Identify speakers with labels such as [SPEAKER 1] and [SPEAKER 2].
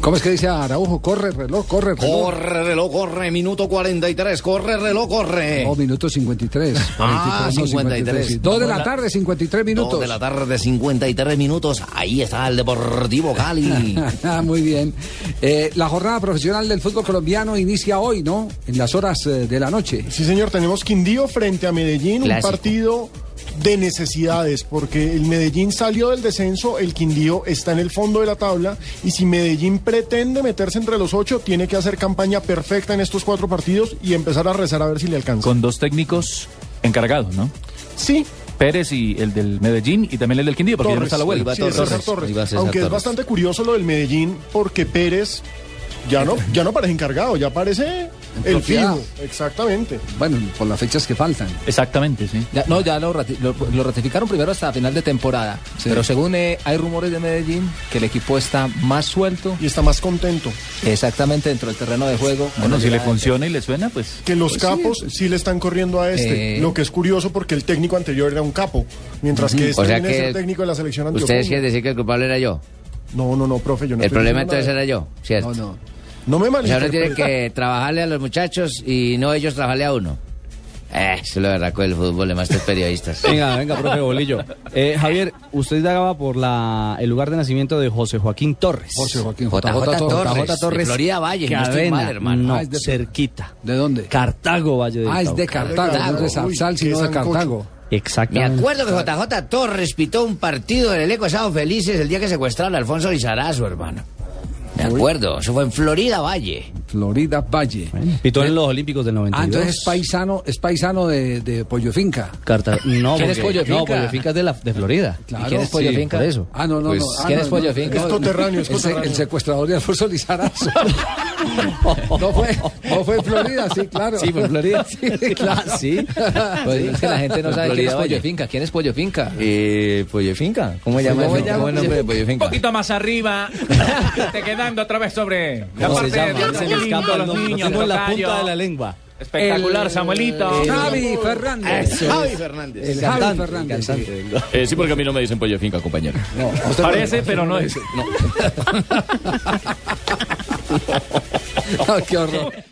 [SPEAKER 1] ¿Cómo es que dice Araujo? Corre, reloj, corre, reloj.
[SPEAKER 2] Corre, reloj, corre, minuto 43, corre, reloj, corre.
[SPEAKER 1] No, Oh, minuto 53.
[SPEAKER 2] Ah,
[SPEAKER 1] 43, no,
[SPEAKER 2] 53.
[SPEAKER 1] sí. Dos de
[SPEAKER 2] Hola.
[SPEAKER 1] la tarde, 53 minutos.
[SPEAKER 2] Dos de la tarde, 53 minutos. Ahí está el Deportivo Cali.
[SPEAKER 1] Ah, Muy bien. Eh, la jornada profesional del fútbol colombiano inicia hoy, ¿no? En las horas eh, de la noche.
[SPEAKER 3] Sí, señor, tenemos Quindío frente a Medellín,
[SPEAKER 2] Clásico.
[SPEAKER 3] un partido de necesidades, porque el Medellín salió del descenso, el Quindío está en el fondo de la tabla, y si Medellín pretende meterse entre los ocho, tiene que hacer campaña perfecta en estos cuatro partidos y empezar a rezar a ver si le alcanza.
[SPEAKER 4] con dos técnicos encargados, ¿no?
[SPEAKER 3] Sí,
[SPEAKER 4] Pérez y el del Medellín y también el del Quindío, porque ya no está la
[SPEAKER 2] Torres,
[SPEAKER 4] abuela.
[SPEAKER 2] ahí va Torres.
[SPEAKER 3] César Torres.
[SPEAKER 2] Ahí va César
[SPEAKER 3] Aunque
[SPEAKER 2] Torres.
[SPEAKER 3] es bastante curioso lo del Medellín, porque Pérez ya no, ya no parece encargado, ya parece el
[SPEAKER 1] Propiedad.
[SPEAKER 3] fijo. Exactamente.
[SPEAKER 1] Bueno, por las fechas que faltan.
[SPEAKER 4] Exactamente, sí.
[SPEAKER 5] Ya- no, ya lo, rati- lo- lo ratificaron primero hasta final de temporada.
[SPEAKER 1] Sí.
[SPEAKER 5] Pero según eh, hay rumores de Medellín, que el equipo está más suelto
[SPEAKER 3] Y está más contento.
[SPEAKER 5] exactamente dentro del terreno de juego. con
[SPEAKER 4] Bueno,
[SPEAKER 5] la
[SPEAKER 4] si le
[SPEAKER 5] llegada de-
[SPEAKER 4] funciona y le suena, pues.
[SPEAKER 3] que los capos sí, le están corriendo a este.
[SPEAKER 5] Eh.
[SPEAKER 3] Lo que es curioso porque el técnico anterior era un capo, mientras que este
[SPEAKER 6] O sea
[SPEAKER 3] viene a ser
[SPEAKER 6] que
[SPEAKER 3] técnico de la selección
[SPEAKER 6] Ustedes
[SPEAKER 3] antioqueña.
[SPEAKER 6] quieren decir que el culpable era yo.
[SPEAKER 3] No, no, no, profe, yo no
[SPEAKER 6] el
[SPEAKER 3] estoy
[SPEAKER 6] problema
[SPEAKER 3] diciendo
[SPEAKER 6] entonces
[SPEAKER 3] nada.
[SPEAKER 6] era yo, ¿cierto?
[SPEAKER 1] No, no.
[SPEAKER 3] No me
[SPEAKER 6] O sea, uno tiene
[SPEAKER 3] malinterprete.
[SPEAKER 6] que trabajarle a los muchachos y no ellos trabajarle a uno. Eh, eso es lo berraco del fútbol, de estos periodistas.
[SPEAKER 7] Venga, venga, profe Bolillo. Eh, Javier, usted daba por la, el lugar de nacimiento de José Joaquín Torres.
[SPEAKER 1] José Joaquín
[SPEAKER 6] JJ Torres,
[SPEAKER 1] JJ
[SPEAKER 6] de Florida Valle, no estoy mal,
[SPEAKER 7] Cadena,
[SPEAKER 6] hermano.
[SPEAKER 7] no,
[SPEAKER 1] Ah, es de-
[SPEAKER 7] cerquita.
[SPEAKER 1] ¿De dónde?
[SPEAKER 7] Cartago, Valle de
[SPEAKER 1] Ah, es de
[SPEAKER 7] Cauca.
[SPEAKER 1] Cartago, no es de
[SPEAKER 3] Cartago.
[SPEAKER 1] Zapsal,
[SPEAKER 3] Uy,
[SPEAKER 1] sino
[SPEAKER 3] qué
[SPEAKER 1] de
[SPEAKER 3] sancocho.
[SPEAKER 1] Cartago.
[SPEAKER 6] Me
[SPEAKER 7] Exactamente.
[SPEAKER 6] acuerdo que JJ Torres pitó un partido del Eco Sábado Felices el día que secuestraron a Alfonso Lizarazo, hermano. Me acuerdo, eso fue en Florida Valle.
[SPEAKER 1] Florida Valle.
[SPEAKER 7] Pitó en los Olímpicos del 92.
[SPEAKER 1] Ah, entonces es paisano, es paisano de, de Pollo Finca.
[SPEAKER 7] Cartago. No,
[SPEAKER 5] ¿Quién es
[SPEAKER 7] porque-
[SPEAKER 5] Pollo
[SPEAKER 7] No,
[SPEAKER 5] Finca?
[SPEAKER 7] Pollo Finca es de, la, de Florida.
[SPEAKER 1] Claro,
[SPEAKER 5] ¿Y quién es
[SPEAKER 1] sí,
[SPEAKER 5] Pollo Finca?
[SPEAKER 7] Por eso.
[SPEAKER 1] Ah, no, no, no. Ah,
[SPEAKER 5] ¿Quién
[SPEAKER 1] no,
[SPEAKER 5] es
[SPEAKER 1] no,
[SPEAKER 5] Pollo
[SPEAKER 1] no.
[SPEAKER 5] Finca?
[SPEAKER 3] Es coterráneo, es
[SPEAKER 1] El, se-
[SPEAKER 3] coterráneo.
[SPEAKER 1] el secuestrador de Alfonso Lizarazo. No fue, no fue en Florida, sí, claro.
[SPEAKER 7] Sí, fue en Florida.
[SPEAKER 1] Sí, claro.
[SPEAKER 7] Ah, sí.
[SPEAKER 5] Pues es que la gente no sabe quién es
[SPEAKER 7] Florida,
[SPEAKER 5] Pollo
[SPEAKER 7] oye.
[SPEAKER 5] Finca. ¿Quién es Pollo Finca?
[SPEAKER 6] Eh, Pollo Finca, ¿cómo se llama?
[SPEAKER 5] ¿Cómo se llama?
[SPEAKER 6] ¿Cómo es
[SPEAKER 8] pues,
[SPEAKER 6] el nombre de Pollo Finca?
[SPEAKER 9] más arriba, te quedando otra vez sobre la
[SPEAKER 7] ¿Cómo se
[SPEAKER 9] parte de
[SPEAKER 7] llama?
[SPEAKER 9] los
[SPEAKER 7] Se me
[SPEAKER 9] niños,
[SPEAKER 7] escapa el
[SPEAKER 9] los
[SPEAKER 7] nombre. Lo
[SPEAKER 9] niños,
[SPEAKER 7] tengo en la
[SPEAKER 9] tocayo.
[SPEAKER 7] punta de la lengua.
[SPEAKER 9] Espectacular, Samuelito.
[SPEAKER 1] Ah, Javi Fernández.
[SPEAKER 2] Javi Fernández.
[SPEAKER 1] El Javi
[SPEAKER 7] Cantante,
[SPEAKER 1] Fernández.
[SPEAKER 7] cantante.
[SPEAKER 1] sí.
[SPEAKER 8] Eh, sí, porque a mí no me dicen pollo finca, compañero.
[SPEAKER 9] Parece, pero no es.
[SPEAKER 1] Ah, qué horror.